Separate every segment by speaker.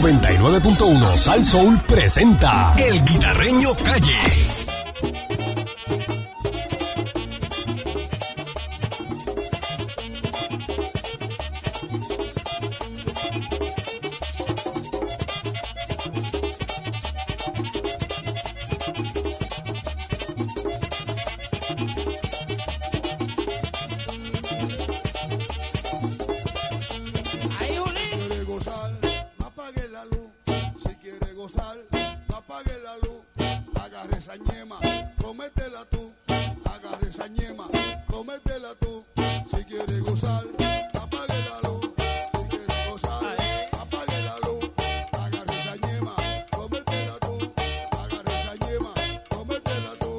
Speaker 1: 99.1 Sal Soul presenta El Guitarreño Calle.
Speaker 2: Ay, Juli.
Speaker 3: quiere gozar, no apague la luz. Si quiere gozar, no apague la luz. Agarre esa ñema, cométela tú. Agarre esa ñema, cométela tú. Si quiere gozar, no apague la luz. Si quiere gozar, no apague la luz. Agarre esa ñema, cométela tú. Agarre esa ñema, cométela tú.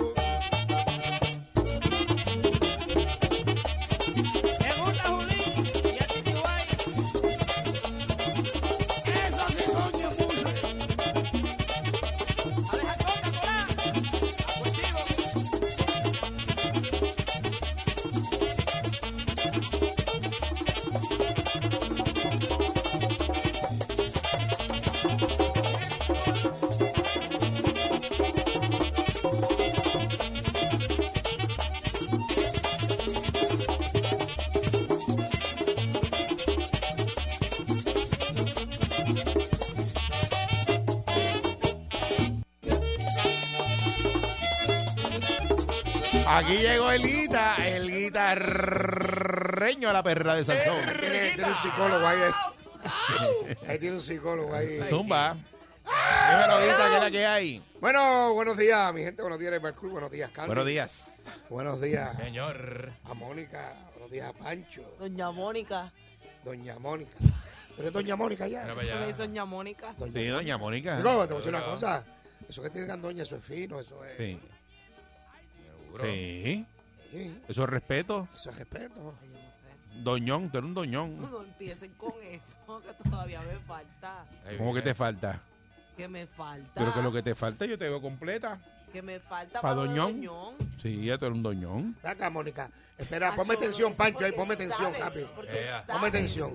Speaker 2: Me gusta Juli. Y a ti, Tiguay. Eso sí son ñemuses. Aleja coca, colá. Apuestivo.
Speaker 4: Aquí llegó Elita, el guitarreño a la perra de Salsón.
Speaker 5: Tiene, tiene un psicólogo ahí. eh. Ahí tiene un psicólogo ahí.
Speaker 4: Zumba. Dímelo, Elita, ¿qué es la que hay?
Speaker 5: Bueno, buenos días, mi gente. Buenos días, Rebel Cruz. Buenos días, Carlos.
Speaker 4: Buenos días.
Speaker 5: Buenos días
Speaker 4: Señor.
Speaker 5: a Mónica. Buenos días a Pancho.
Speaker 6: Doña Mónica.
Speaker 5: Doña Mónica. ¿Tú eres Doña Mónica ya?
Speaker 6: ¿Qué me dice Doña Mónica?
Speaker 5: Doña
Speaker 4: Sí, doña Mónica.
Speaker 5: Mónica. No, te voy a decir una cosa. Eso que te digan Doña, eso es fino. Eso es,
Speaker 4: Sí. Sí.
Speaker 5: sí,
Speaker 4: Eso es respeto.
Speaker 5: eso es respeto.
Speaker 6: Ay, yo no sé.
Speaker 4: Doñón, tú eres un doñón.
Speaker 6: No empiecen con eso, que todavía me falta.
Speaker 4: ¿Cómo que te falta?
Speaker 6: Que me falta.
Speaker 4: Pero que lo que te falta yo te veo completa.
Speaker 6: Que me falta
Speaker 4: ¿Pa
Speaker 6: para
Speaker 4: Doñón?
Speaker 6: Doñón.
Speaker 4: Sí, ya tú eres un doñón.
Speaker 5: Ven acá, Mónica. Espera, ponme tensión, Pancho. Ahí, ponme tensión,
Speaker 6: papi.
Speaker 5: papi.
Speaker 6: Porque sabes,
Speaker 5: Ponme tensión.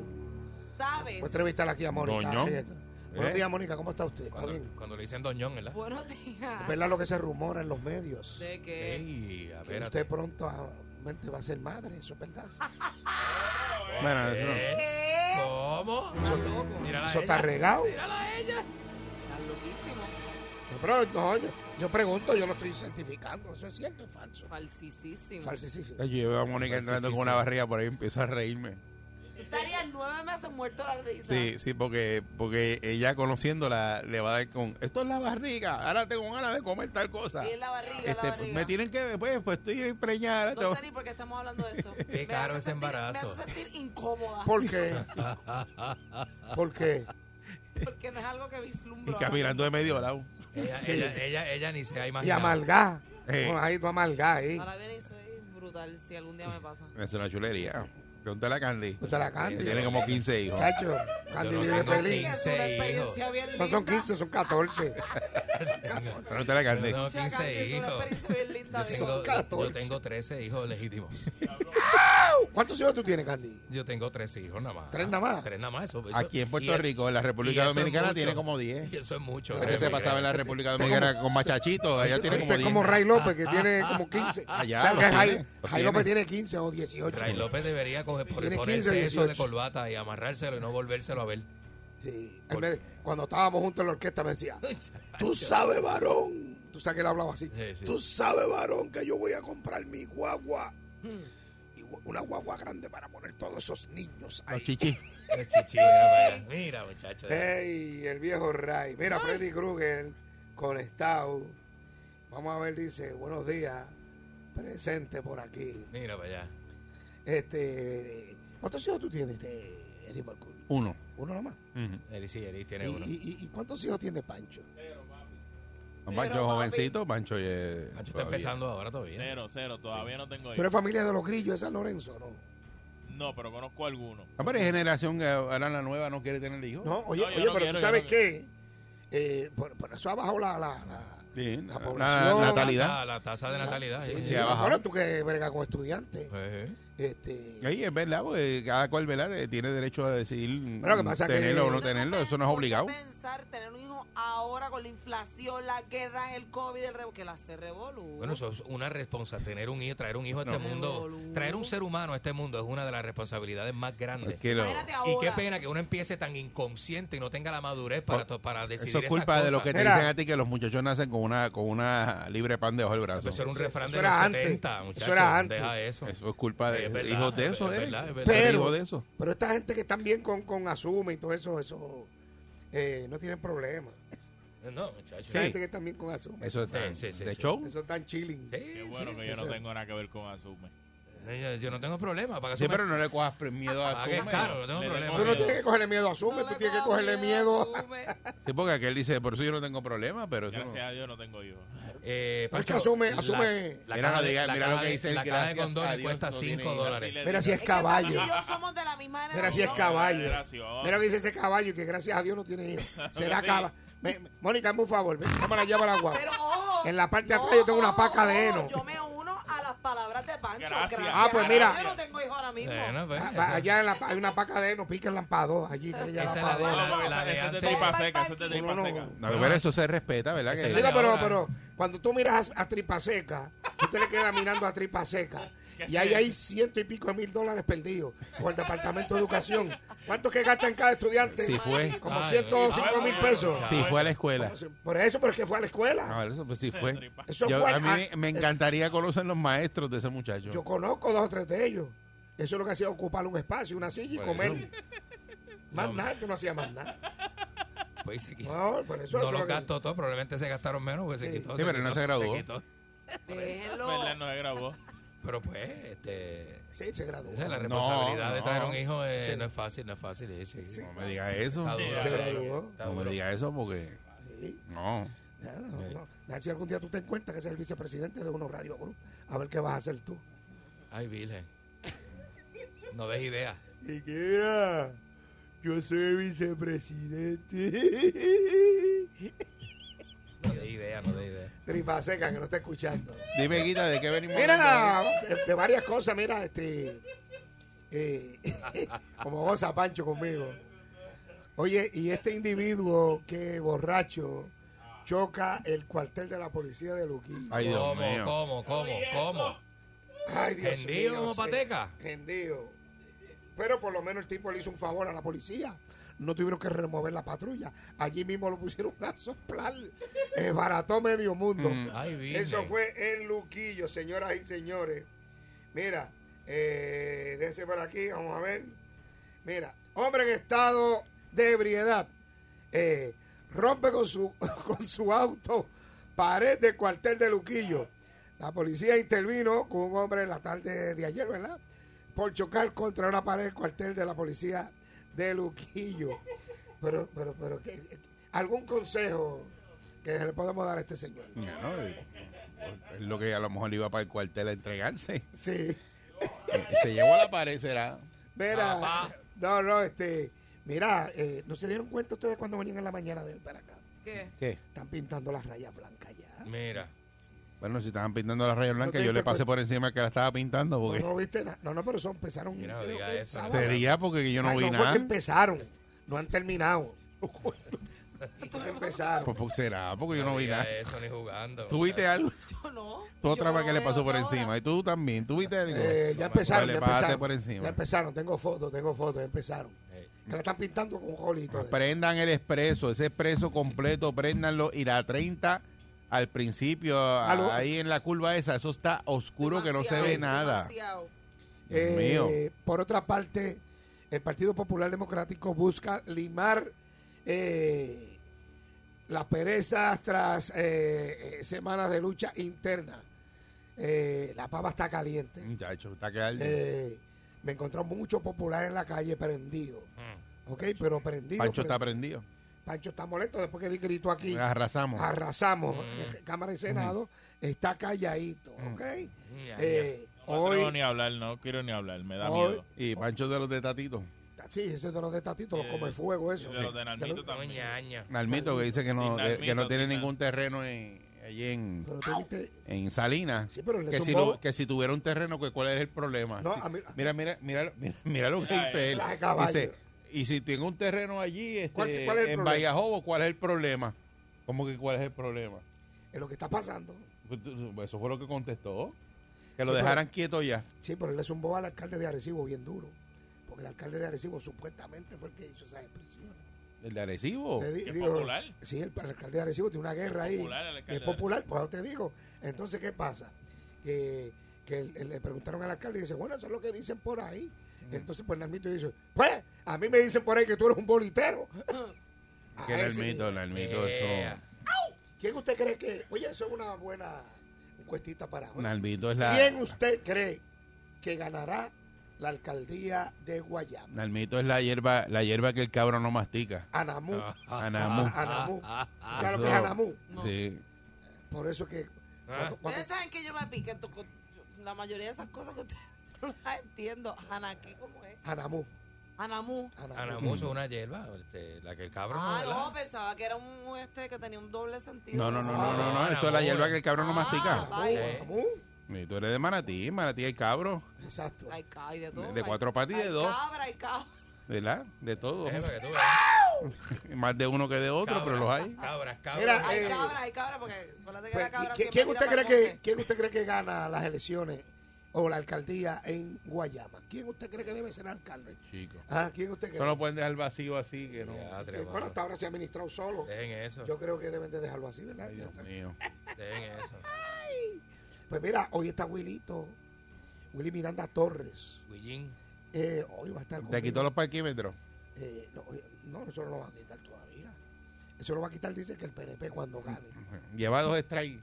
Speaker 6: sabes.
Speaker 5: Voy a entrevistar aquí a Mónica.
Speaker 4: Doñón.
Speaker 5: Ríete. Buenos
Speaker 4: ¿Eh?
Speaker 5: días, Mónica. ¿Cómo está usted? ¿Está bien?
Speaker 7: Cuando, cuando le dicen doñón, ¿verdad?
Speaker 6: Buenos días.
Speaker 5: Es verdad lo que se rumora en los medios.
Speaker 6: ¿De qué?
Speaker 7: Ey, a
Speaker 5: Que
Speaker 7: ver,
Speaker 5: usted prontamente va a ser madre, eso es verdad.
Speaker 4: Bueno, eso no.
Speaker 6: ¿Qué?
Speaker 7: ¿Cómo?
Speaker 6: Estás loco.
Speaker 7: Mírala a
Speaker 5: Eso está
Speaker 7: ella.
Speaker 5: regado.
Speaker 7: Mírala a ella.
Speaker 6: Estás loquísimo.
Speaker 5: No, pero no, yo, yo pregunto, yo lo estoy certificando. Eso es cierto, es falso.
Speaker 6: Falsísimo.
Speaker 5: Falsísimo.
Speaker 4: Yo veo a Mónica entrando
Speaker 7: sí,
Speaker 4: con
Speaker 7: sí.
Speaker 4: una barriga por ahí y empiezo a reírme.
Speaker 6: Tú estarías nueve meses muerto de la risa.
Speaker 4: Sí, sí, porque, porque ella conociéndola le va a dar con esto es la barriga, ahora tengo ganas de comer tal cosa.
Speaker 6: Y en la barriga, en
Speaker 4: Este,
Speaker 6: la barriga.
Speaker 4: me tienen que, pues, pues estoy preñada.
Speaker 6: No sé ni por qué estamos hablando de esto. Me
Speaker 7: caro
Speaker 6: hace
Speaker 7: ese
Speaker 6: sentir-
Speaker 7: embarazo.
Speaker 6: Me hace sentir incómoda.
Speaker 5: ¿Por qué? ¿Por qué?
Speaker 6: Porque no es algo que
Speaker 4: y
Speaker 6: vislumbro.
Speaker 4: caminando de medio lado.
Speaker 7: Ella,
Speaker 5: Sí.
Speaker 7: ella, ella, ella ni se ha
Speaker 5: Y
Speaker 7: imaginado.
Speaker 5: amalgá.
Speaker 4: Eh.
Speaker 5: Bueno, ahí tú amalgá ahí.
Speaker 6: Ahora viene y soy brutal si algún día me pasa.
Speaker 4: Es una chulería. Pregúntale a Candy.
Speaker 5: Usted la
Speaker 4: Que
Speaker 5: cante.
Speaker 4: tiene como 15 hijos.
Speaker 5: Chacho, Candy
Speaker 7: Yo no
Speaker 5: vive
Speaker 7: tengo
Speaker 5: feliz.
Speaker 7: quince.
Speaker 6: Es una experiencia bien linda.
Speaker 5: No son 15, son 14.
Speaker 4: Pregúntale a Candy.
Speaker 7: Yo tengo
Speaker 6: Mucha
Speaker 7: 15
Speaker 6: cantidad, Es una
Speaker 7: hijos.
Speaker 6: experiencia bien linda.
Speaker 7: Yo
Speaker 6: ¿ves?
Speaker 7: tengo, yo
Speaker 5: 14.
Speaker 7: tengo 13 hijos legítimos.
Speaker 5: ¿Cuántos hijos tú tienes, Candy?
Speaker 7: Yo tengo 13 hijos nada más.
Speaker 5: ¿Tres nada más?
Speaker 7: Tres nada más. Eso, eso-
Speaker 4: Aquí en
Speaker 7: y
Speaker 4: Puerto
Speaker 7: es-
Speaker 4: Rico, en la
Speaker 7: y
Speaker 4: República
Speaker 7: eso es
Speaker 4: Dominicana,
Speaker 7: mucho.
Speaker 4: tiene como 10.
Speaker 7: Y eso es mucho.
Speaker 4: ¿Qué se
Speaker 7: créeme,
Speaker 4: pasaba en la
Speaker 7: créeme.
Speaker 4: República Dominicana con machachitos? Allá tiene como
Speaker 5: Usted es
Speaker 4: 10.
Speaker 5: como Ray López, que tiene como 15.
Speaker 4: Allá,
Speaker 5: O sea,
Speaker 4: los
Speaker 5: que
Speaker 4: tiene,
Speaker 5: Ray,
Speaker 4: los
Speaker 5: Ray
Speaker 4: tiene.
Speaker 5: López tiene 15 o 18.
Speaker 7: Ray López debería coger por,
Speaker 5: Tiene
Speaker 7: por el
Speaker 5: 15 o
Speaker 7: exceso de
Speaker 5: 18.
Speaker 7: corbata y amarrárselo y no volvérselo a ver.
Speaker 5: Sí. Él me- cuando estábamos juntos en la orquesta me decía, tú sabes, varón. Tú sabes que él hablaba así.
Speaker 7: Sí, sí.
Speaker 5: Tú sabes, varón, que yo voy a comprar mi guagua.
Speaker 7: Hmm.
Speaker 5: Y gu- una guagua grande para poner todos esos niños
Speaker 4: Los
Speaker 5: ahí.
Speaker 4: chichis.
Speaker 7: Qué chichi, mira, vaya. Mira, muchacho.
Speaker 5: Eh. Ey, el viejo Ray. Mira, Freddy Krueger conectado. Vamos a ver, dice, buenos días. Presente por aquí.
Speaker 7: Mira para allá.
Speaker 5: Este, ¿Cuántos hijos tú tienes, este, Eric Marcul?
Speaker 4: Uno.
Speaker 5: Uno nomás.
Speaker 4: Ujú.
Speaker 7: Eri sí, Eri
Speaker 5: ¿Y,
Speaker 7: tiene uno.
Speaker 5: y, y cuántos hijos tiene Pancho?
Speaker 4: Pancho jovencito, Pancho. eh,
Speaker 7: Pancho está
Speaker 4: todavía.
Speaker 7: empezando ahora todavía.
Speaker 8: Cero, cero, todavía no tengo
Speaker 5: Tú
Speaker 8: hijos.
Speaker 5: eres familia de los grillos de San Lorenzo, ¿no?
Speaker 8: No, pero conozco algunos.
Speaker 4: Ah, pero hay generación que ahora la nueva no quiere tener hijos.
Speaker 5: No, oye,
Speaker 8: No, yo
Speaker 5: oye
Speaker 8: no
Speaker 5: pero
Speaker 8: quiero,
Speaker 5: tú
Speaker 8: yo
Speaker 5: sabes
Speaker 8: no
Speaker 5: qué? Eh, por, por eso ha bajado la, la, la-
Speaker 4: Sí,
Speaker 5: La
Speaker 4: la,
Speaker 5: población.
Speaker 4: la
Speaker 7: La
Speaker 4: natalidad.
Speaker 7: tasa- La tasa de natalidad.
Speaker 5: Sí,
Speaker 7: eh.
Speaker 5: sí.
Speaker 4: ha bajado.
Speaker 8: Pues.
Speaker 5: Bueno, tú que bregas con estudiantes.
Speaker 7: Eh,
Speaker 5: Este,
Speaker 4: Ahí es verdad, porque cada cual velar tiene derecho a decidir
Speaker 5: Pero lo que pasa
Speaker 4: mm,
Speaker 5: que-
Speaker 4: tenerlo o no
Speaker 5: Tú
Speaker 4: tenerlo.
Speaker 6: pe-
Speaker 4: Eso no es
Speaker 6: ponte a
Speaker 4: obligado.
Speaker 6: pensar tener un hijo ahora con la inflación, las guerras, el COVID, el revo- que la se revolú.
Speaker 7: Bueno, eso es una responsabilidad. Tener un hijo, traer un hijo a este
Speaker 6: No.
Speaker 7: mundo,
Speaker 6: Evolú.
Speaker 7: traer un ser humano a este mundo es una de las responsabilidades más grandes.
Speaker 4: Es que lo-
Speaker 6: Imagínate
Speaker 7: Y
Speaker 6: ahora.
Speaker 7: qué pena que uno empiece tan inconsciente y no tenga la madurez para, to- para decidir.
Speaker 4: eso es
Speaker 7: esas
Speaker 4: culpa de lo que te
Speaker 7: cosas.
Speaker 5: Mira.
Speaker 4: dicen a ti que los muchachos nacen con una con una libre pan debajo del brazo.
Speaker 7: Eso era un refrán
Speaker 5: Eso
Speaker 7: de
Speaker 5: era
Speaker 7: los
Speaker 5: antes.
Speaker 7: 70,
Speaker 5: Eso
Speaker 7: muchachos.
Speaker 5: era antes.
Speaker 7: Deja eso.
Speaker 4: Eso es culpa de
Speaker 7: Es verdad,
Speaker 4: hijos de
Speaker 7: es
Speaker 4: eso,
Speaker 7: verdad,
Speaker 4: ¿eh?
Speaker 7: es verdad.
Speaker 4: Eres
Speaker 5: pero,
Speaker 4: hijo de eso.
Speaker 5: pero esta gente que están bien con, con Asume y todo eso, eso eh, no tienen problema.
Speaker 7: No, muchachos.
Speaker 5: Esa
Speaker 4: Sí.
Speaker 5: gente que está bien con Asume.
Speaker 4: Eso es
Speaker 7: Sí,
Speaker 4: tan-
Speaker 7: sí, sí,
Speaker 4: de
Speaker 7: sí.
Speaker 4: show.
Speaker 5: Eso tan chilling.
Speaker 7: Sí,
Speaker 8: Qué bueno
Speaker 7: sí.
Speaker 8: que yo no
Speaker 5: eso-
Speaker 8: tengo nada que ver con Asume.
Speaker 7: Yo, yo no tengo problema. Para que
Speaker 4: Sí,
Speaker 7: asuma-
Speaker 4: pero no le cojas pre- miedo a
Speaker 7: para Ah, que es
Speaker 4: Asume.
Speaker 7: caro, no tengo
Speaker 8: Le
Speaker 7: problema.
Speaker 8: tengo
Speaker 5: Tú no
Speaker 8: miedo.
Speaker 5: tienes que cogerle miedo a Asume,
Speaker 6: No
Speaker 5: tú
Speaker 6: le
Speaker 5: tienes que
Speaker 6: cojas
Speaker 5: cogerle miedo a...
Speaker 6: asume.
Speaker 4: Sí, porque aquel dice, por eso yo no tengo problema, pero eso no-
Speaker 8: Gracias a Dios no tengo hijos.
Speaker 7: Eh,
Speaker 5: Porque
Speaker 7: Pancho,
Speaker 5: asume-
Speaker 7: la-
Speaker 5: asume-
Speaker 7: la
Speaker 4: Mira,
Speaker 7: caja
Speaker 4: no
Speaker 7: de-
Speaker 4: diga-
Speaker 7: la
Speaker 4: mira lo
Speaker 7: caja
Speaker 4: que
Speaker 7: de-
Speaker 4: dice el
Speaker 7: La caja de
Speaker 4: gracias a
Speaker 7: condones
Speaker 4: Dios
Speaker 7: cuesta
Speaker 4: no
Speaker 7: 5
Speaker 4: tiene-
Speaker 7: dólares.
Speaker 5: Mira si es
Speaker 6: que Pachi
Speaker 5: caballo.
Speaker 6: y yo somos de la misma generación.
Speaker 5: Mira si es
Speaker 8: La
Speaker 5: caballo.
Speaker 8: generación.
Speaker 5: Mira lo que dice ese caballo que gracias a Dios no tiene hijos. Será
Speaker 8: Sí.
Speaker 5: caballo. Mónica, hazme un favor. Ven, cámara, lleva la guagua.
Speaker 6: Pero ojo.
Speaker 5: En la parte de atrás yo tengo una
Speaker 6: ojo,
Speaker 5: paca de
Speaker 6: ojo,
Speaker 5: heno.
Speaker 6: Yo me uno a las palabras de Pancho.
Speaker 8: Gracias.
Speaker 6: Gracias.
Speaker 8: Ah,
Speaker 5: pues mira.
Speaker 6: Yo no tengo hijo ahora mismo.
Speaker 7: Bueno, pues,
Speaker 5: Ah,
Speaker 7: eso-
Speaker 5: va, allá en la, pa- hay una paca de heno, pica el lampador. Allí que ella
Speaker 7: Esa es
Speaker 5: la
Speaker 7: la de
Speaker 5: pagó.
Speaker 7: la, la
Speaker 8: Esa-
Speaker 7: de
Speaker 8: esa es de
Speaker 7: antes.
Speaker 8: tripa seca, esa es de
Speaker 5: No,
Speaker 8: tripa
Speaker 5: no,
Speaker 8: seca.
Speaker 4: No, pero eso se respeta, ¿verdad?
Speaker 7: Esa
Speaker 4: Que-
Speaker 7: es
Speaker 5: Digo,
Speaker 7: la-
Speaker 5: pero,
Speaker 7: ahora.
Speaker 5: pero cuando tú miras a, a tripa seca, usted le queda mirando a tripa seca. Y ahí hay ciento y pico de mil dólares perdidos por el Departamento de Educación. ¿Cuánto que gastan cada estudiante?
Speaker 4: Si fue-
Speaker 5: Como
Speaker 7: Ay,
Speaker 5: 105 mil pesos.
Speaker 4: si fue a la escuela.
Speaker 5: Por eso, porque fue a la
Speaker 7: Ah,
Speaker 5: escuela.
Speaker 4: A ver, eso pues sí fue.
Speaker 5: Eso
Speaker 4: Yo-
Speaker 5: fue-
Speaker 4: a mí
Speaker 5: ah,
Speaker 4: me, me
Speaker 5: eso-
Speaker 4: encantaría conocer los maestros de ese muchacho.
Speaker 5: Yo conozco dos o tres de ellos. Eso es lo que hacía ocupar un espacio, una silla y
Speaker 4: Por
Speaker 5: comer.
Speaker 4: eso.
Speaker 5: Más nada, yo no hacía más nada.
Speaker 7: Pues se quitó.
Speaker 5: No, por eso
Speaker 7: No
Speaker 5: es
Speaker 7: lo
Speaker 5: que-
Speaker 7: gastó todo, probablemente se gastaron menos porque se
Speaker 5: Sí.
Speaker 7: quitó.
Speaker 4: Sí, pero no
Speaker 7: quitó,
Speaker 4: se graduó.
Speaker 7: quitó. pues,
Speaker 6: Déjenlo.
Speaker 8: ¿Verdad? No se graduó.
Speaker 7: Pero pues, este,
Speaker 5: Sí, se graduó.
Speaker 7: esa es la
Speaker 4: No,
Speaker 7: responsabilidad de
Speaker 4: no.
Speaker 7: traer un hijo. eh, No es fácil, no es fácil. eh, sí.
Speaker 4: No me digas eso.
Speaker 7: Está duro,
Speaker 5: Se
Speaker 7: está
Speaker 5: graduó.
Speaker 7: duro, está
Speaker 4: No me
Speaker 7: duro.
Speaker 4: digas eso porque.
Speaker 5: Sí.
Speaker 4: No.
Speaker 5: Ya, no, no. A ver Si algún día tú te encuentras que eres el vicepresidente de uno Radio Group, a ver qué vas a hacer tú.
Speaker 7: Ay, virgen. No des idea.
Speaker 9: ¿Y qué era? Yo soy vicepresidente.
Speaker 7: No des idea, no des idea.
Speaker 5: Tripa seca, que no está escuchando.
Speaker 4: Dime, Guita, ¿de qué venimos? hablando
Speaker 5: Mira,
Speaker 4: hoy?
Speaker 5: de, de varias cosas, mira, este. eh, como goza Pancho conmigo. Oye, y este individuo que borracho choca el cuartel de la policía de Luquillo.
Speaker 4: Ay, Dios
Speaker 7: ¿Cómo,
Speaker 4: mío.
Speaker 7: cómo, cómo, cómo?
Speaker 5: Ay, Dios
Speaker 7: ¿Gendido
Speaker 5: mío,
Speaker 7: como
Speaker 5: sí.
Speaker 7: pateca?
Speaker 5: Gendido. Pero por lo menos el tipo le hizo un favor a la policía. No tuvieron que remover la patrulla. Allí mismo lo pusieron a soplar. Esbarató medio mundo.
Speaker 7: Ay, virgen.
Speaker 5: Eso fue en Luquillo, señoras y señores. Mira, eh, déjense por aquí, vamos a ver. Mira, hombre en estado de ebriedad eh, rompe con su, con su auto pared del cuartel de Luquillo. La policía intervino con un hombre en la tarde de ayer, ¿verdad? Por chocar contra una pared del cuartel de la policía de Luquillo. Pero, pero, pero, ¿qué- qué- ¿algún consejo que le podemos dar a este señor?
Speaker 4: Bueno, eh, es lo que a lo mejor iba para el cuartel a entregarse.
Speaker 5: Sí.
Speaker 4: Eh, Se llevó a la pared, será.
Speaker 5: Mira,
Speaker 7: Papá.
Speaker 5: no, no, este, mira, eh, ¿no se dieron cuenta ustedes cuando venían en la mañana de hoy para acá?
Speaker 6: ¿Qué?
Speaker 4: ¿Qué?
Speaker 5: Están pintando las rayas blancas ya.
Speaker 7: Mira.
Speaker 4: Bueno, si estaban pintando la raya blanca,
Speaker 5: te
Speaker 4: yo le
Speaker 5: diste
Speaker 4: pasé
Speaker 5: cuenta.
Speaker 4: por encima que la estaba pintando.
Speaker 5: No,
Speaker 4: porque
Speaker 5: no viste nada. No, no, pero eso empezaron.
Speaker 7: Mira,
Speaker 5: creo
Speaker 7: diga
Speaker 5: que el
Speaker 7: eso,
Speaker 5: sábado.
Speaker 4: Sería porque yo Ah, no
Speaker 5: Ay,
Speaker 4: vi
Speaker 5: fue que
Speaker 4: nada.
Speaker 5: empezaron, no han terminado. empezaron.
Speaker 4: Pues, pues, será porque yo no vi
Speaker 7: diga
Speaker 4: nada.
Speaker 7: Eso ni jugando.
Speaker 4: ¿Tú viste algo?
Speaker 6: Yo no.
Speaker 4: Tú
Speaker 6: Yo
Speaker 4: otra vez
Speaker 6: no
Speaker 4: que le
Speaker 6: veo
Speaker 4: pasó por
Speaker 6: esa hora.
Speaker 4: encima. Y tú también. ¿Tú viste algo?
Speaker 5: Eh, ya empezaron,
Speaker 4: Vale,
Speaker 5: ya
Speaker 4: pásate
Speaker 5: empezaron.
Speaker 4: por encima.
Speaker 5: Ya empezaron, tengo fotos, tengo fotos, ya empezaron. Que la están pintando con un colito. de-
Speaker 4: Prendan el expreso, ese expreso completo, préndanlo. Y la 30 al principio, a-
Speaker 5: Aló.
Speaker 4: ahí en la curva esa, eso está oscuro que no se ve
Speaker 6: Demasiado,
Speaker 4: nada.
Speaker 6: demasiado.
Speaker 4: Dios mío.
Speaker 5: Eh, Por otra parte, el Partido Popular Democrático busca limar eh, las perezas tras eh, eh, semanas de lucha interna. Eh, la pava está caliente.
Speaker 4: Muchacho, está que arde.
Speaker 5: Eh, me encontró mucho popular en la calle prendido. Ok, pero prendido.
Speaker 4: Pancho está
Speaker 5: prendido.
Speaker 4: prendido.
Speaker 5: Pancho está molesto después que di grito aquí.
Speaker 4: Arrasamos.
Speaker 5: Ah. Arrasamos. Eh, Cámara y Senado está calladito. Ok. Eh,
Speaker 8: No me atrevo
Speaker 5: hoy.
Speaker 8: ni a hablar, no quiero ni hablar, me da
Speaker 5: Hoy-
Speaker 8: miedo.
Speaker 4: Y Pancho de los de Tatito.
Speaker 5: Sí, ese es de los de Tatito, los come fuego, eso.
Speaker 8: de los de Nalmito también.
Speaker 7: Ñaña.
Speaker 4: Nalmito que dice que no,
Speaker 8: Sin
Speaker 4: que, que no
Speaker 8: Nalmito,
Speaker 4: tiene
Speaker 8: sin
Speaker 4: ningún terreno en, en allí en,
Speaker 5: Pero tú viste-
Speaker 4: en Salinas.
Speaker 5: Sí, pero le
Speaker 4: que, si
Speaker 5: zumbó.
Speaker 4: lo- que si tuviera un terreno, que ¿cuál es el problema?
Speaker 5: No,
Speaker 4: Si-
Speaker 5: a mí-
Speaker 4: mira, mira, mira, mira, mira lo que
Speaker 8: Mira
Speaker 4: dice él.
Speaker 5: eso. Ay, caballo.
Speaker 4: Dice, y si tengo un terreno allí este,
Speaker 5: ¿Cuál- cuál es el
Speaker 4: en
Speaker 5: problema?
Speaker 4: Vallajobo, ¿cuál es el problema? ¿Cómo que cuál es el problema?
Speaker 5: es lo que está pasando.
Speaker 4: Pues tú- Eso fue lo que contestó. Que
Speaker 5: Sí, pero-
Speaker 4: lo dejaran quieto ya.
Speaker 5: Sí, pero él le zumbó al alcalde de Arecibo bien duro. Porque el alcalde de Arecibo supuestamente fue el que hizo esas expresiones.
Speaker 4: El de Arecibo.
Speaker 5: Le di-
Speaker 8: Oh, ¿Es
Speaker 5: digo,
Speaker 8: popular?
Speaker 5: Sí, el, el alcalde de Arecibo tiene una guerra ahí.
Speaker 8: popular el
Speaker 5: Y
Speaker 8: alcalde
Speaker 5: es
Speaker 8: de
Speaker 5: popular, pues yo te digo. Entonces, ¿qué pasa? Que, que el- el- le preguntaron al alcalde y dice, bueno, eso es lo que dicen por ahí. Entonces, pues Nalmito dice, pues, a mí me dicen por ahí que tú eres un bolitero.
Speaker 4: Que
Speaker 5: Ah,
Speaker 4: era el
Speaker 5: ese-
Speaker 4: mito, era el mito, eso.
Speaker 5: Eh,
Speaker 7: Yeah.
Speaker 5: ¿Quién usted cree que...? Oye, eso es una buena encuestita para hoy.
Speaker 4: Nalmito es la.
Speaker 5: ¿Quién usted cree que ganará la alcaldía de Guayama?
Speaker 4: Nalmito es la hierba, la hierba que el cabro no mastica.
Speaker 5: Anamú.
Speaker 4: Ah,
Speaker 5: Ah,
Speaker 4: Anamú. Ah,
Speaker 5: Anamú. ¿Sabes lo que es Anamú?
Speaker 6: No.
Speaker 4: Sí.
Speaker 5: Por eso que...
Speaker 4: Ah.
Speaker 5: cuando- cuando-
Speaker 6: Ustedes saben que yo me pique to- con- yo- la mayoría de esas cosas que ustedes no las entiendo. Hanaquí, ¿cómo es?
Speaker 5: Anamú.
Speaker 6: Hanamú.
Speaker 5: Anamú.
Speaker 7: Anamuso es una hierba, este, la que el cabrón
Speaker 6: Ah,
Speaker 7: no,
Speaker 6: no,
Speaker 7: ¿verdad?
Speaker 6: pensaba que era un este que tenía un doble sentido.
Speaker 4: No, no, no, no, no, no.
Speaker 7: Ah,
Speaker 4: Eso es la
Speaker 7: Anamú,
Speaker 4: hierba
Speaker 7: eh.
Speaker 4: que el cabro no
Speaker 6: Ah,
Speaker 4: mastica.
Speaker 6: vaya.
Speaker 7: Sí.
Speaker 5: Anamú.
Speaker 4: Y tú eres de Manatí, Manatí el cabro,
Speaker 5: Exacto.
Speaker 6: Hay, ca- hay de todo.
Speaker 4: De- de
Speaker 6: hay-
Speaker 4: cuatro patas y de
Speaker 6: hay
Speaker 4: dos.
Speaker 6: Cabra, hay cabra.
Speaker 4: ¿verdad? De todos.
Speaker 7: Eh, para que tú veas.
Speaker 4: Más de uno que de otro,
Speaker 7: Cabras,
Speaker 4: pero los hay.
Speaker 7: Cabras, cabras.
Speaker 5: Mira,
Speaker 6: Hay
Speaker 5: eh,
Speaker 6: cabra, hay cabra, porque acuérdate que
Speaker 5: Pues,
Speaker 6: la cabra
Speaker 5: ¿y qui-
Speaker 6: siempre
Speaker 5: ¿quién,
Speaker 6: tira
Speaker 5: usted cree
Speaker 6: pa'l
Speaker 5: que,
Speaker 6: monte.
Speaker 5: ¿Quién usted cree que gana las elecciones o la alcaldía en Guayama? ¿Quién usted cree que debe ser alcalde?
Speaker 4: Chico.
Speaker 5: Ah, ¿Quién usted cree?
Speaker 4: Eso no pueden dejar vacío así que no.
Speaker 7: Ya,
Speaker 5: Que,
Speaker 7: tres,
Speaker 5: eh, bueno,
Speaker 7: mano.
Speaker 5: hasta ahora se ha administrado solo.
Speaker 7: Dejen eso,
Speaker 5: Yo creo que deben de dejarlo así, ¿verdad?
Speaker 4: Ay,
Speaker 5: Ya
Speaker 4: Dios
Speaker 5: sabes.
Speaker 4: mío.
Speaker 7: dejen eso.
Speaker 5: Pues mira, hoy está Wilito, Willy Miranda Torres.
Speaker 7: Guillín.
Speaker 5: Eh, hoy va a estar
Speaker 4: ¿Te
Speaker 5: conmigo.
Speaker 4: quitó los parquímetros?
Speaker 5: Eh, no, eh, no, eso no lo van a quitar todavía. Eso lo va a quitar, dice que el PNP cuando gane.
Speaker 4: Lleva dos strikes.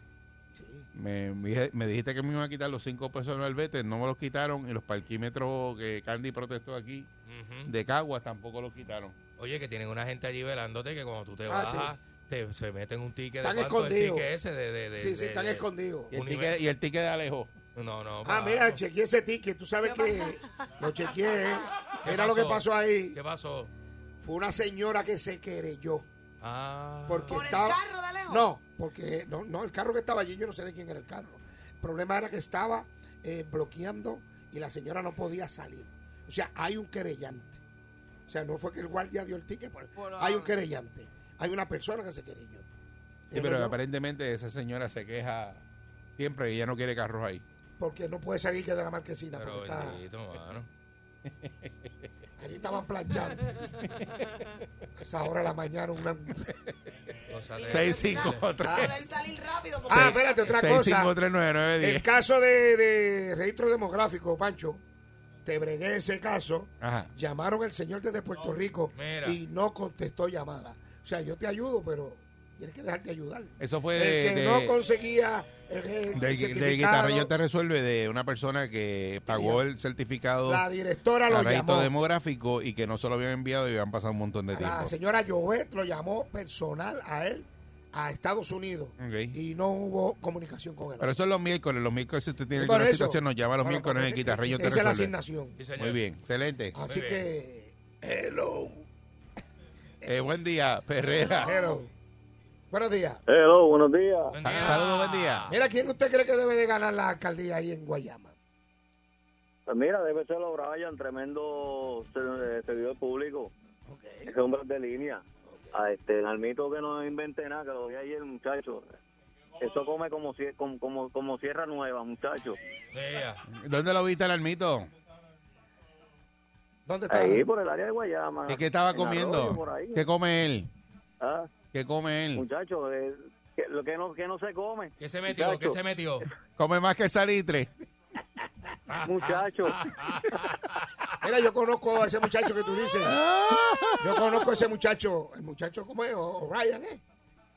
Speaker 5: Sí.
Speaker 4: Me, me dije- me dijiste que me iban a quitar los cinco pesos en el vete, no me los quitaron. Y los parquímetros que Candy protestó aquí
Speaker 7: Ujú.
Speaker 4: de Caguas tampoco los quitaron.
Speaker 7: Oye, que tienen una gente allí velándote que cuando tú te
Speaker 5: Ah,
Speaker 7: bajas, te, se meten un ticket
Speaker 5: Están
Speaker 7: de cuánto es el
Speaker 5: escondidos.
Speaker 7: ticket ese de, de, de-
Speaker 5: Sí, sí,
Speaker 7: de-
Speaker 5: están
Speaker 7: de-
Speaker 5: escondidos.
Speaker 4: Y el,
Speaker 7: Un
Speaker 4: ticket,
Speaker 7: nivel.
Speaker 4: y el ticket de Alejo.
Speaker 7: No, no.
Speaker 5: Ah,
Speaker 7: pa-
Speaker 5: mira, chequeé ese ticket. Tú sabes
Speaker 6: ¿Qué
Speaker 5: que lo chequeé.
Speaker 7: ¿Qué
Speaker 5: Mira lo que pasó ahí.
Speaker 7: ¿Qué pasó?
Speaker 5: Fue una señora que se querelló.
Speaker 7: Ah.
Speaker 5: Porque
Speaker 6: Por el
Speaker 5: estaba.
Speaker 6: carro de Alejo.
Speaker 5: No, porque no, no, el carro que estaba allí, yo no sé de quién era el carro. El problema era que estaba eh, bloqueando y la señora no podía salir. O sea, hay un querellante. O sea, no fue que el guardia dio el ticket, pero
Speaker 6: Por-
Speaker 5: hay un querellante. Hay una persona que se querelló.
Speaker 4: Sí,
Speaker 5: Yo no-
Speaker 4: pero
Speaker 5: yo-
Speaker 4: aparentemente esa señora se queja siempre y ella no quiere carros ahí.
Speaker 5: porque no puede salir que de la marquesina,
Speaker 7: Pero
Speaker 5: porque está,
Speaker 7: bendito, mano.
Speaker 5: allí estaban planchando. A esa hora de la mañana, una.
Speaker 7: Cosa
Speaker 6: Y
Speaker 7: de-
Speaker 4: Seis,
Speaker 6: necesita
Speaker 4: cinco, tres.
Speaker 6: Poder salir rápido. porque-
Speaker 5: Ah, espérate, otra cosa.
Speaker 4: 6539910.
Speaker 5: El caso de, de registro demográfico, Pancho, te bregué ese caso.
Speaker 4: Ajá.
Speaker 5: Llamaron al señor desde Puerto Rico
Speaker 7: mira.
Speaker 5: y no contestó llamada. O sea, yo te ayudo, pero tienes que dejarte ayudar.
Speaker 4: Eso fue de,
Speaker 5: el que
Speaker 4: de-
Speaker 5: no conseguía el, re- el
Speaker 4: del, del
Speaker 5: certificado,
Speaker 4: guitarrillo te resuelve de una persona que pagó el certificado
Speaker 5: la directora lo
Speaker 4: para registro
Speaker 5: llamó.
Speaker 4: demográfico y que no se lo habían enviado y habían pasado un montón de tiempo.
Speaker 5: la señora Jovet lo llamó personal a él, a Estados Unidos.
Speaker 4: Ok.
Speaker 5: Y no hubo comunicación con él.
Speaker 4: Mm. Pero eso es los miércoles. Los miércoles, si usted tiene
Speaker 5: Y por
Speaker 4: alguna
Speaker 5: eso-
Speaker 4: situación, nos llama los
Speaker 5: Bueno,
Speaker 4: miércoles en el
Speaker 5: porque
Speaker 4: guitarrillo te
Speaker 5: Esa es la
Speaker 4: resuelve.
Speaker 5: asignación. Ah.
Speaker 7: Sí, señor.
Speaker 4: Muy bien, excelente.
Speaker 5: Así
Speaker 7: Muy
Speaker 5: que, hello.
Speaker 4: Eh, buen día, Perrera.
Speaker 5: Hello. Buenos días.
Speaker 10: Hello, buenos días.
Speaker 7: Buen día.
Speaker 4: Saludos, buen día.
Speaker 5: Mira, ¿quién usted cree que debe de ganar la alcaldía ahí en Guayama?
Speaker 10: Pues mira, debe ser O'Brien, tremendo se- eh, servidor público. Ese hombre es de línea. A este, el almito que no invente nada, que lo vi ayer, muchacho. Eso come como, cie- como, como, como sierra nueva, muchacho.
Speaker 7: Vea.
Speaker 4: ¿Dónde lo viste, el almito?
Speaker 5: ¿Dónde está?
Speaker 10: Ahí, por el área de Guayama.
Speaker 4: ¿Y qué estaba
Speaker 10: en Arroyo,
Speaker 4: comiendo?
Speaker 10: por ahí.
Speaker 4: ¿Qué come él?
Speaker 10: Ah,
Speaker 4: ¿Qué come él?
Speaker 10: muchacho, eh, que- lo que no, que no se come.
Speaker 7: ¿Qué se metió? ¿Qué se metió?
Speaker 4: Come más que salitre.
Speaker 10: Muchacho,
Speaker 5: Mira, yo conozco a ese muchacho que tú dices. Yo conozco a ese muchacho. El muchacho, ¿cómo es? O- O'Brien, ¿eh?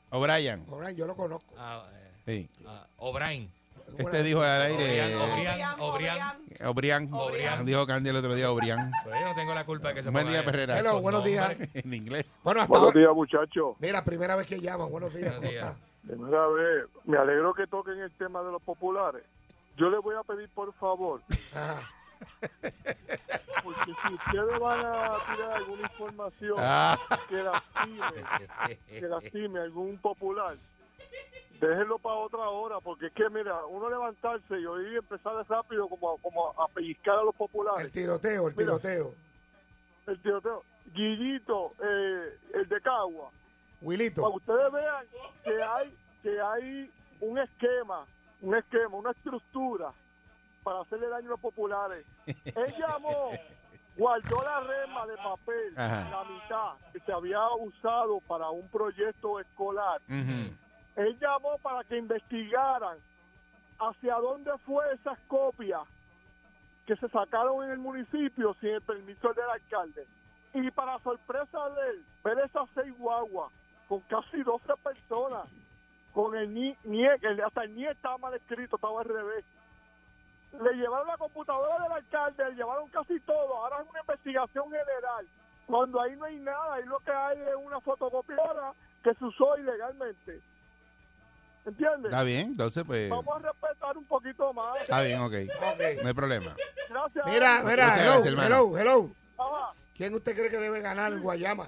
Speaker 4: O'Brien.
Speaker 5: O'Brien, yo lo conozco.
Speaker 7: Ah, eh,
Speaker 4: Sí.
Speaker 7: ah, O'Brien.
Speaker 4: Este dijo al aire.
Speaker 7: O'Brien,
Speaker 4: eh,
Speaker 7: O'Brien, O'Brien.
Speaker 4: O'Brien.
Speaker 7: O'Brien.
Speaker 4: Dijo Candy el otro día, O'Brien.
Speaker 7: Pues yo no tengo la culpa de que se
Speaker 4: Buen
Speaker 7: ponga
Speaker 4: día, Perrera.
Speaker 5: Hello,
Speaker 7: esos
Speaker 5: buenos días.
Speaker 7: nombres.
Speaker 4: en inglés.
Speaker 5: Bueno, hasta
Speaker 10: buenos
Speaker 5: ahora.
Speaker 10: días, muchachos.
Speaker 5: Mira, primera vez que llama. Buenos días.
Speaker 7: Buenos
Speaker 5: ¿cómo
Speaker 7: días.
Speaker 5: está?
Speaker 10: Mira, ve, me alegro que toquen el tema de los populares. Yo les voy a pedir, por favor,
Speaker 5: Ajá.
Speaker 10: porque si ustedes van a tirar alguna información
Speaker 4: Ah,
Speaker 10: que lastime, que lastime a algún popular,
Speaker 11: déjenlo para otra hora, porque es que, mira, uno levantarse y oír empezar rápido como a, como a pellizcar a los populares.
Speaker 5: El tiroteo, el
Speaker 11: Mira,
Speaker 5: tiroteo.
Speaker 11: el tiroteo. Guillito, eh, el de Cagua.
Speaker 5: Wilito.
Speaker 11: Para que ustedes vean que hay, que hay un esquema, un esquema, una estructura para hacerle daño a los populares. Él llamó, guardó la rema de papel,
Speaker 2: Ajá.
Speaker 11: la mitad, que se había usado para un proyecto escolar. Él llamó para que investigaran hacia dónde fue esas copias que se sacaron en el municipio sin el permiso del alcalde. Y para sorpresa de él, ver esas seis guaguas con casi 12 personas, con el NIE, hasta el NIE estaba mal escrito, estaba al revés. Le llevaron la computadora del alcalde, le llevaron casi todo, ahora es una investigación general. Cuando ahí no hay nada, ahí lo que hay es una fotocopiadora que se usó ilegalmente. ¿Entiendes?
Speaker 4: Está bien, entonces pues.
Speaker 11: Vamos a respetar un poquito más.
Speaker 4: Está bien, ok. No hay problema.
Speaker 11: Gracias.
Speaker 5: Mira, mira,
Speaker 4: Muchas
Speaker 5: hello,
Speaker 4: gracias, hermano.
Speaker 5: hello, hello. ¿Quién usted cree que debe ganar el Guayama?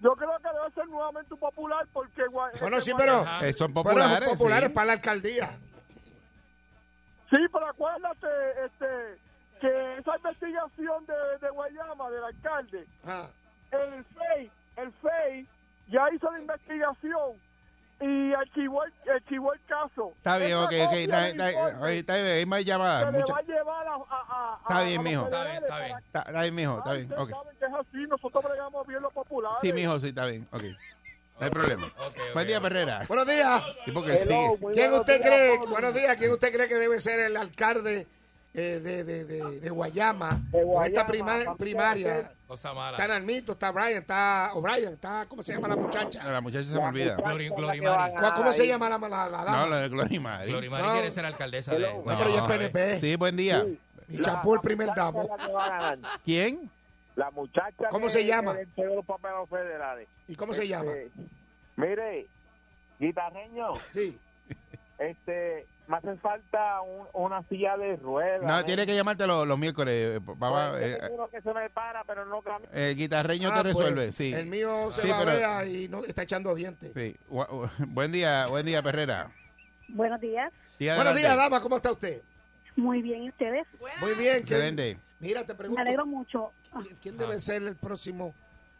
Speaker 11: Yo creo que debe ser nuevamente un popular porque... Gua-
Speaker 5: Bueno,
Speaker 11: este
Speaker 5: sí,
Speaker 11: Gua-
Speaker 5: pero.
Speaker 4: Eh, son
Speaker 5: pero
Speaker 4: populares,
Speaker 5: son populares
Speaker 4: sí.
Speaker 5: para la alcaldía.
Speaker 11: Sí, pero acuérdate este, que esa investigación de, de Guayama, del alcalde, el FEI, el FEI ya hizo la investigación y archivó el, archivó el caso.
Speaker 4: Está bien,
Speaker 11: Esa
Speaker 4: ok, ok.
Speaker 11: copia
Speaker 4: Está,
Speaker 11: del
Speaker 4: está-
Speaker 11: informe
Speaker 4: oye, está bien, hay más
Speaker 11: se
Speaker 4: llamadas.
Speaker 11: le va
Speaker 4: muchas.
Speaker 11: a llevar a- a- a-
Speaker 4: Está
Speaker 11: a-
Speaker 4: bien,
Speaker 11: a los
Speaker 4: mijo. Está
Speaker 11: federales
Speaker 4: bien, está bien. Está, está bien, mijo, está bien. Ok.
Speaker 11: saben que es así, nosotros bregamos bien los populares.
Speaker 4: Sí, mijo, sí, está bien. Ok. No hay problema. Buen día, Perrera.
Speaker 5: Buenos días.
Speaker 4: ¿Y por qué sigue?
Speaker 5: ¿Quién usted cree? Buenos días. ¿Quién usted cree que debe ser el alcalde eh, de, de, de, de Guayama? Con esta prima- primaria.
Speaker 7: Cosa mala.
Speaker 5: Está Narmito, está Brian, está O'Brien, está. ¿Cómo se llama la muchacha?
Speaker 4: No, La muchacha se me olvida.
Speaker 5: ¿Cómo, cómo se llama la, la, la dama?
Speaker 4: No, la de Glorimari.
Speaker 7: Glorimari
Speaker 5: No.
Speaker 7: quiere ser alcaldesa de
Speaker 4: No,
Speaker 7: Guayama,
Speaker 4: no,
Speaker 7: ¿sabes?
Speaker 4: Sí, buen día.
Speaker 5: Y chapó el primer damo.
Speaker 4: ¿Quién?
Speaker 12: La muchacha.
Speaker 5: ¿Cómo
Speaker 12: que-
Speaker 5: se llama?
Speaker 12: que entregó los papeles federales.
Speaker 5: ¿Y cómo
Speaker 11: Este,
Speaker 5: se llama?
Speaker 12: Mire, guitarreño.
Speaker 5: Sí.
Speaker 12: Este, me hace falta un- una silla de ruedas.
Speaker 4: No,
Speaker 12: ¿eh?
Speaker 4: tiene que llamarte los, los miércoles. eh, papá,
Speaker 12: Pues,
Speaker 4: eh,
Speaker 12: yo seguro que se me para, pero no cambia.
Speaker 4: eh, el guitarreño
Speaker 5: Ah,
Speaker 4: te
Speaker 5: pues,
Speaker 4: resuelve, sí.
Speaker 5: El mío se
Speaker 4: Sí,
Speaker 5: va
Speaker 4: pero-
Speaker 5: a ver y no, está echando dientes.
Speaker 4: sí. Gua- gua- Buen día, buen día, Perrera.
Speaker 13: Buenos días.
Speaker 4: Día
Speaker 5: Buenos
Speaker 4: adelante.
Speaker 5: días, dama. ¿Cómo está usted?
Speaker 13: Muy bien, ¿y ustedes?
Speaker 5: Muy bien. ¿quién-
Speaker 4: Excelente.
Speaker 5: Mira, te pregunto.
Speaker 13: Me alegro mucho.
Speaker 5: ¿quién- ¿Quién debe ser el próximo?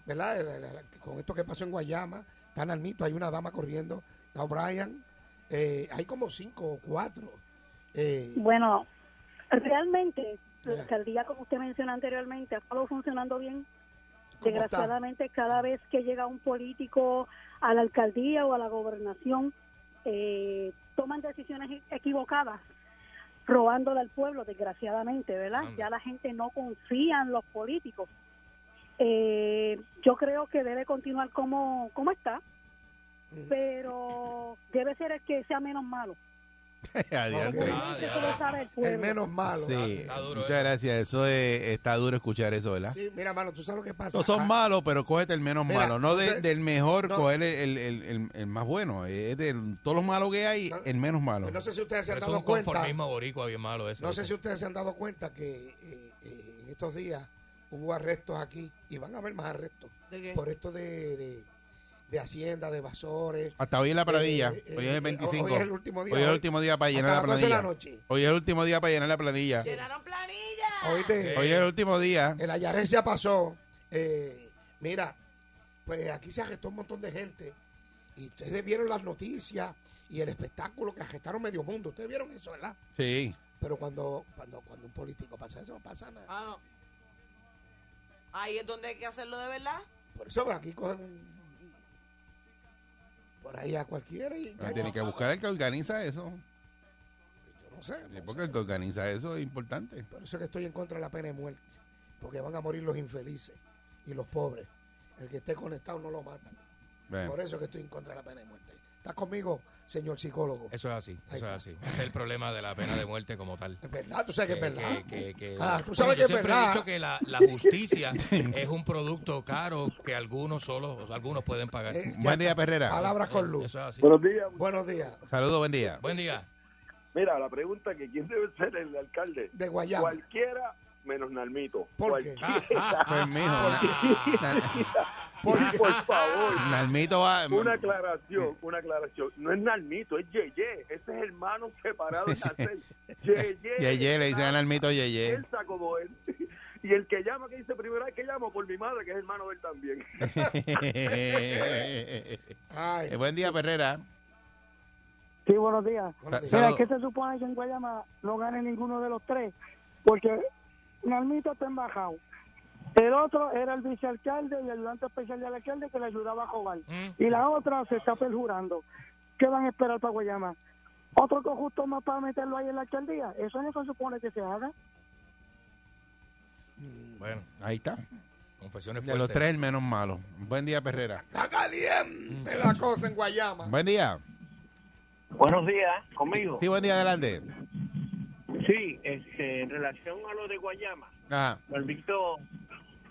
Speaker 5: ¿Verdad? El- el- el- con esto que pasó en Guayama, tan almito, hay una dama corriendo, está O'Brien. eh, hay como cinco o cuatro. eh,
Speaker 13: Bueno, realmente, la alcaldía, como usted mencionó anteriormente, ha estado funcionando bien.
Speaker 5: ¿Cómo está?
Speaker 13: Desgraciadamente, cada vez que llega un político a la alcaldía o a la gobernación, eh, toman decisiones equivocadas, robándole al pueblo, desgraciadamente, ¿verdad?
Speaker 14: Anda.
Speaker 13: Ya la gente no confía en los políticos. Eh, yo creo que debe continuar como, como está, pero debe ser el que sea menos malo.
Speaker 4: Adiante.
Speaker 7: Ah,
Speaker 5: Ah,
Speaker 13: Eso lo sabe el pueblo.
Speaker 5: el menos malo. eh.
Speaker 4: Sí, muchas gracias. Eso es- está duro escuchar eso, ¿verdad?
Speaker 5: Sí, mira, mano, tú sabes lo que pasa.
Speaker 4: No son
Speaker 5: Ah,
Speaker 4: malos, pero cógete el menos
Speaker 5: Mira,
Speaker 4: malo. No de-
Speaker 5: entonces-
Speaker 4: del mejor,
Speaker 5: no.
Speaker 4: coger el, el- el- el- el más bueno. Es de todos los malos que hay, el menos malo.
Speaker 5: pues, No sé si ustedes se han
Speaker 7: Pero eso es
Speaker 5: dado
Speaker 7: un
Speaker 5: cuenta.
Speaker 7: conformismo boricua bien malo eso.
Speaker 5: No sé si ustedes se han dado cuenta que eh, eh, en estos días hubo arrestos aquí y van a haber más arrestos.
Speaker 6: ¿De qué?
Speaker 5: Por esto de, de, de Hacienda, de Vasores.
Speaker 4: Hasta hoy en la paradilla.
Speaker 5: Eh, eh,
Speaker 4: hoy es
Speaker 5: eh,
Speaker 4: el 25.
Speaker 5: Hoy es el último día.
Speaker 4: Hoy es el último día para
Speaker 5: Hasta
Speaker 4: llenar la
Speaker 5: las 12
Speaker 4: planilla.
Speaker 5: de la noche.
Speaker 4: Hoy es el último día para llenar la planilla.
Speaker 5: Llenaron planilla. Oíste,
Speaker 4: Hoy es el último día.
Speaker 5: el Ayarés ya pasó. Eh, mira, pues aquí se arrestó un montón de gente. Y ustedes vieron las noticias y el espectáculo que arrestaron medio mundo. Ustedes vieron eso, ¿verdad?
Speaker 4: Sí.
Speaker 5: Pero cuando, cuando, cuando un político pasa eso, no pasa nada.
Speaker 6: Ah, no. Ahí es donde hay que hacerlo de verdad.
Speaker 5: Por eso por aquí cogen un- por ahí a cualquiera y ya
Speaker 4: Pero Tiene que buscar el que organiza eso.
Speaker 5: yo no sé.
Speaker 4: Sí, Porque el que organiza eso es importante.
Speaker 5: Por eso es que estoy en contra de la pena de muerte. Porque van a morir los infelices y los pobres. El que esté conectado no lo matan.
Speaker 4: Bueno.
Speaker 5: Por eso es que estoy en contra de la pena de muerte. ¿Estás conmigo, señor psicólogo?
Speaker 7: Eso es así,
Speaker 5: Ahí
Speaker 7: eso es así. Ese es el problema de la pena de muerte como tal. Es
Speaker 5: verdad, tú sabes que es verdad.
Speaker 7: Que, que-
Speaker 5: Ah, tú
Speaker 7: Bueno,
Speaker 5: sabes
Speaker 7: yo
Speaker 5: que es
Speaker 7: siempre
Speaker 5: verdad.
Speaker 7: he dicho que la, la justicia es un producto caro que algunos solos, algunos pueden pagar. Eh,
Speaker 5: Eh,
Speaker 4: Buen día, Perrera.
Speaker 5: Palabras con luz.
Speaker 7: Eso es así.
Speaker 12: Buenos días.
Speaker 5: Buenos días.
Speaker 4: Saludos, buen día.
Speaker 7: Buen día.
Speaker 12: Mira, la pregunta que quién debe ser el alcalde.
Speaker 5: De Guayama.
Speaker 12: Cualquiera menos Nalmito.
Speaker 4: Ah,
Speaker 5: ¿Por qué?
Speaker 11: Ah,
Speaker 12: Cualquiera.
Speaker 4: Pues, mijo.
Speaker 5: Ah,
Speaker 11: Por favor.
Speaker 4: Nalmito va.
Speaker 11: Una aclaración, una aclaración. No es Nalmito, es Yeye. Ese es hermano separado de Nacel. Yeye.
Speaker 4: Yeye, le dicen a Nalmito Yeye.
Speaker 11: Piensa como él. Y el que llama, que dice primera vez que llamo, por mi madre, que es hermano de él también.
Speaker 4: Eh, Buen día, Perrera.
Speaker 14: Sí, buenos días.
Speaker 4: Buenos días.
Speaker 14: Mira,
Speaker 4: Saludos.
Speaker 14: es que se supone que en Guayama no gane ninguno de los tres, porque Nalmito está embajado. El otro era el vicealcalde y ayudante especial del alcalde que le ayudaba a jugar. Y la otra se está perjurando. ¿Qué van a esperar para Guayama? ¿Otro conjunto más para meterlo ahí en la alcaldía? Eso no se supone que se haga.
Speaker 7: Bueno,
Speaker 4: ahí está.
Speaker 7: Confesiones
Speaker 4: De
Speaker 7: fuertes.
Speaker 4: los tres, el menos malo. Buen día, Perrera.
Speaker 5: Caliente la cosa en Guayama.
Speaker 4: Buen día.
Speaker 15: Buenos días, conmigo.
Speaker 4: Sí, buen día, adelante.
Speaker 15: Sí, este, en relación a lo de Guayama,
Speaker 4: Ajá.
Speaker 15: el Pues, Víctor,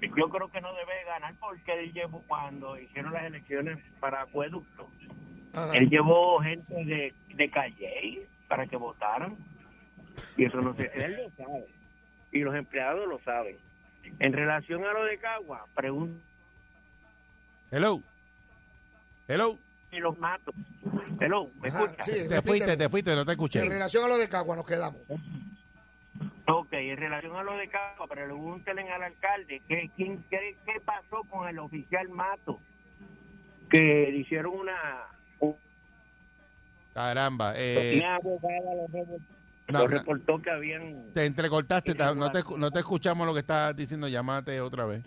Speaker 15: yo creo que no debe ganar porque él llevó, cuando hicieron las elecciones para acueducto, él llevó gente de, de Calle para que votaran. Y eso no se, él lo sabe. Y los empleados lo saben. En relación a lo de Cagua, pregunto
Speaker 4: Hello. Hello.
Speaker 15: y los mato. Hello, ¿me
Speaker 5: Ajá,
Speaker 15: escuchas?
Speaker 5: sí,
Speaker 4: Te
Speaker 5: repíteme.
Speaker 4: fuiste, te fuiste, no te escuché. Pues
Speaker 5: En relación a lo de Cagua, nos quedamos.
Speaker 15: Ok, en relación a lo de Cagua, pregúntenle al alcalde ¿qué, quién, cree- qué pasó con el oficial Mato, que le hicieron una...
Speaker 4: Caramba. Eh,
Speaker 15: una abogada lo reportó-
Speaker 4: no,
Speaker 15: lo
Speaker 4: no,
Speaker 15: reportó que habían...
Speaker 4: te entrecortaste, ta- no te, escu- no te escuchamos lo que estás diciendo, llámate otra vez.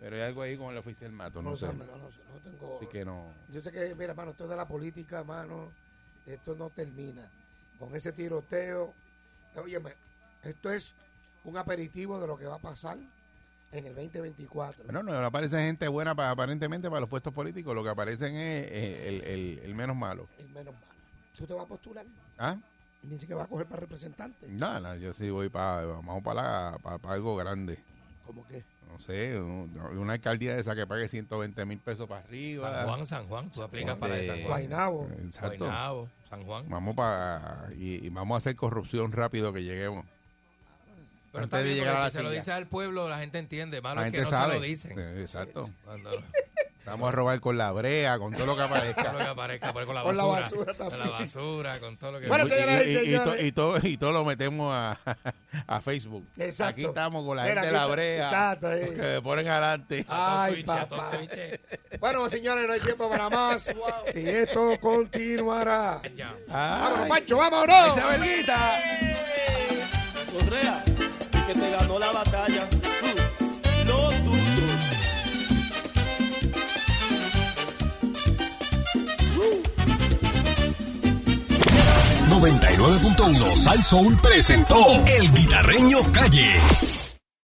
Speaker 4: Pero hay algo ahí con el oficial Mato, no
Speaker 5: No,
Speaker 4: sé.
Speaker 5: Sandra, no sé, no tengo-
Speaker 4: Así que no.
Speaker 5: Yo sé que, mira, mano, esto de la política, mano, esto no termina. Con ese tiroteo, óyeme, esto es un aperitivo de lo que va a pasar en el 2024.
Speaker 4: Bueno, no aparece gente buena pa- aparentemente para los puestos políticos, lo que aparecen es eh, el, el- el menos malo.
Speaker 5: Y menos mal. ¿Tú te vas a postular?
Speaker 4: ¿Ah?
Speaker 5: Dice que vas a coger para representante.
Speaker 4: Nada, nada, yo sí voy para, vamos para, la- pa- pa algo grande.
Speaker 5: ¿Cómo qué?
Speaker 4: No sé, un- una alcaldía de esa que pague 120 mil pesos para arriba.
Speaker 7: San Juan, Pues San Juan, tú aplicas para la de San Juan.
Speaker 5: Guaynabo.
Speaker 4: Exacto.
Speaker 7: Guaynabo, San Juan.
Speaker 4: Vamos para y, y vamos a hacer corrupción rápido que lleguemos.
Speaker 7: Pero
Speaker 4: Antes
Speaker 7: está
Speaker 4: de
Speaker 7: bien,
Speaker 4: llegar
Speaker 7: porque
Speaker 4: a la
Speaker 7: si se lo
Speaker 4: silla.
Speaker 7: dice al pueblo, la gente entiende. Malo
Speaker 4: La
Speaker 7: es
Speaker 4: gente
Speaker 7: que no
Speaker 4: sabe.
Speaker 7: se lo dicen.
Speaker 4: Eh, exacto.
Speaker 7: Cuando-
Speaker 4: Vamos a robar con la brea, con todo lo que aparezca.
Speaker 7: Con lo que aparezca, pero con la basura, con la basura, con todo lo que-
Speaker 4: Y-
Speaker 7: Bueno,
Speaker 4: y-
Speaker 7: señoras y
Speaker 4: y- y
Speaker 7: señores.
Speaker 4: to- y todo y todo lo metemos a, a Facebook.
Speaker 5: Exacto.
Speaker 4: Aquí estamos con la
Speaker 5: Mira,
Speaker 4: gente de
Speaker 5: aquí
Speaker 4: la
Speaker 5: está-
Speaker 4: brea.
Speaker 5: exacto, Ah, eh.
Speaker 4: Que me ponen adelante.
Speaker 5: Ay, papá. Bueno, señores, no hay tiempo para más. Y esto continuará. Vámonos, Pancho, vámonos.
Speaker 4: Isabelita.
Speaker 16: Correa, que te ganó la batalla. Mm. Lo tuyo. Uh.
Speaker 1: 99.1 Sal Soul presentó El Guitarreño Calle.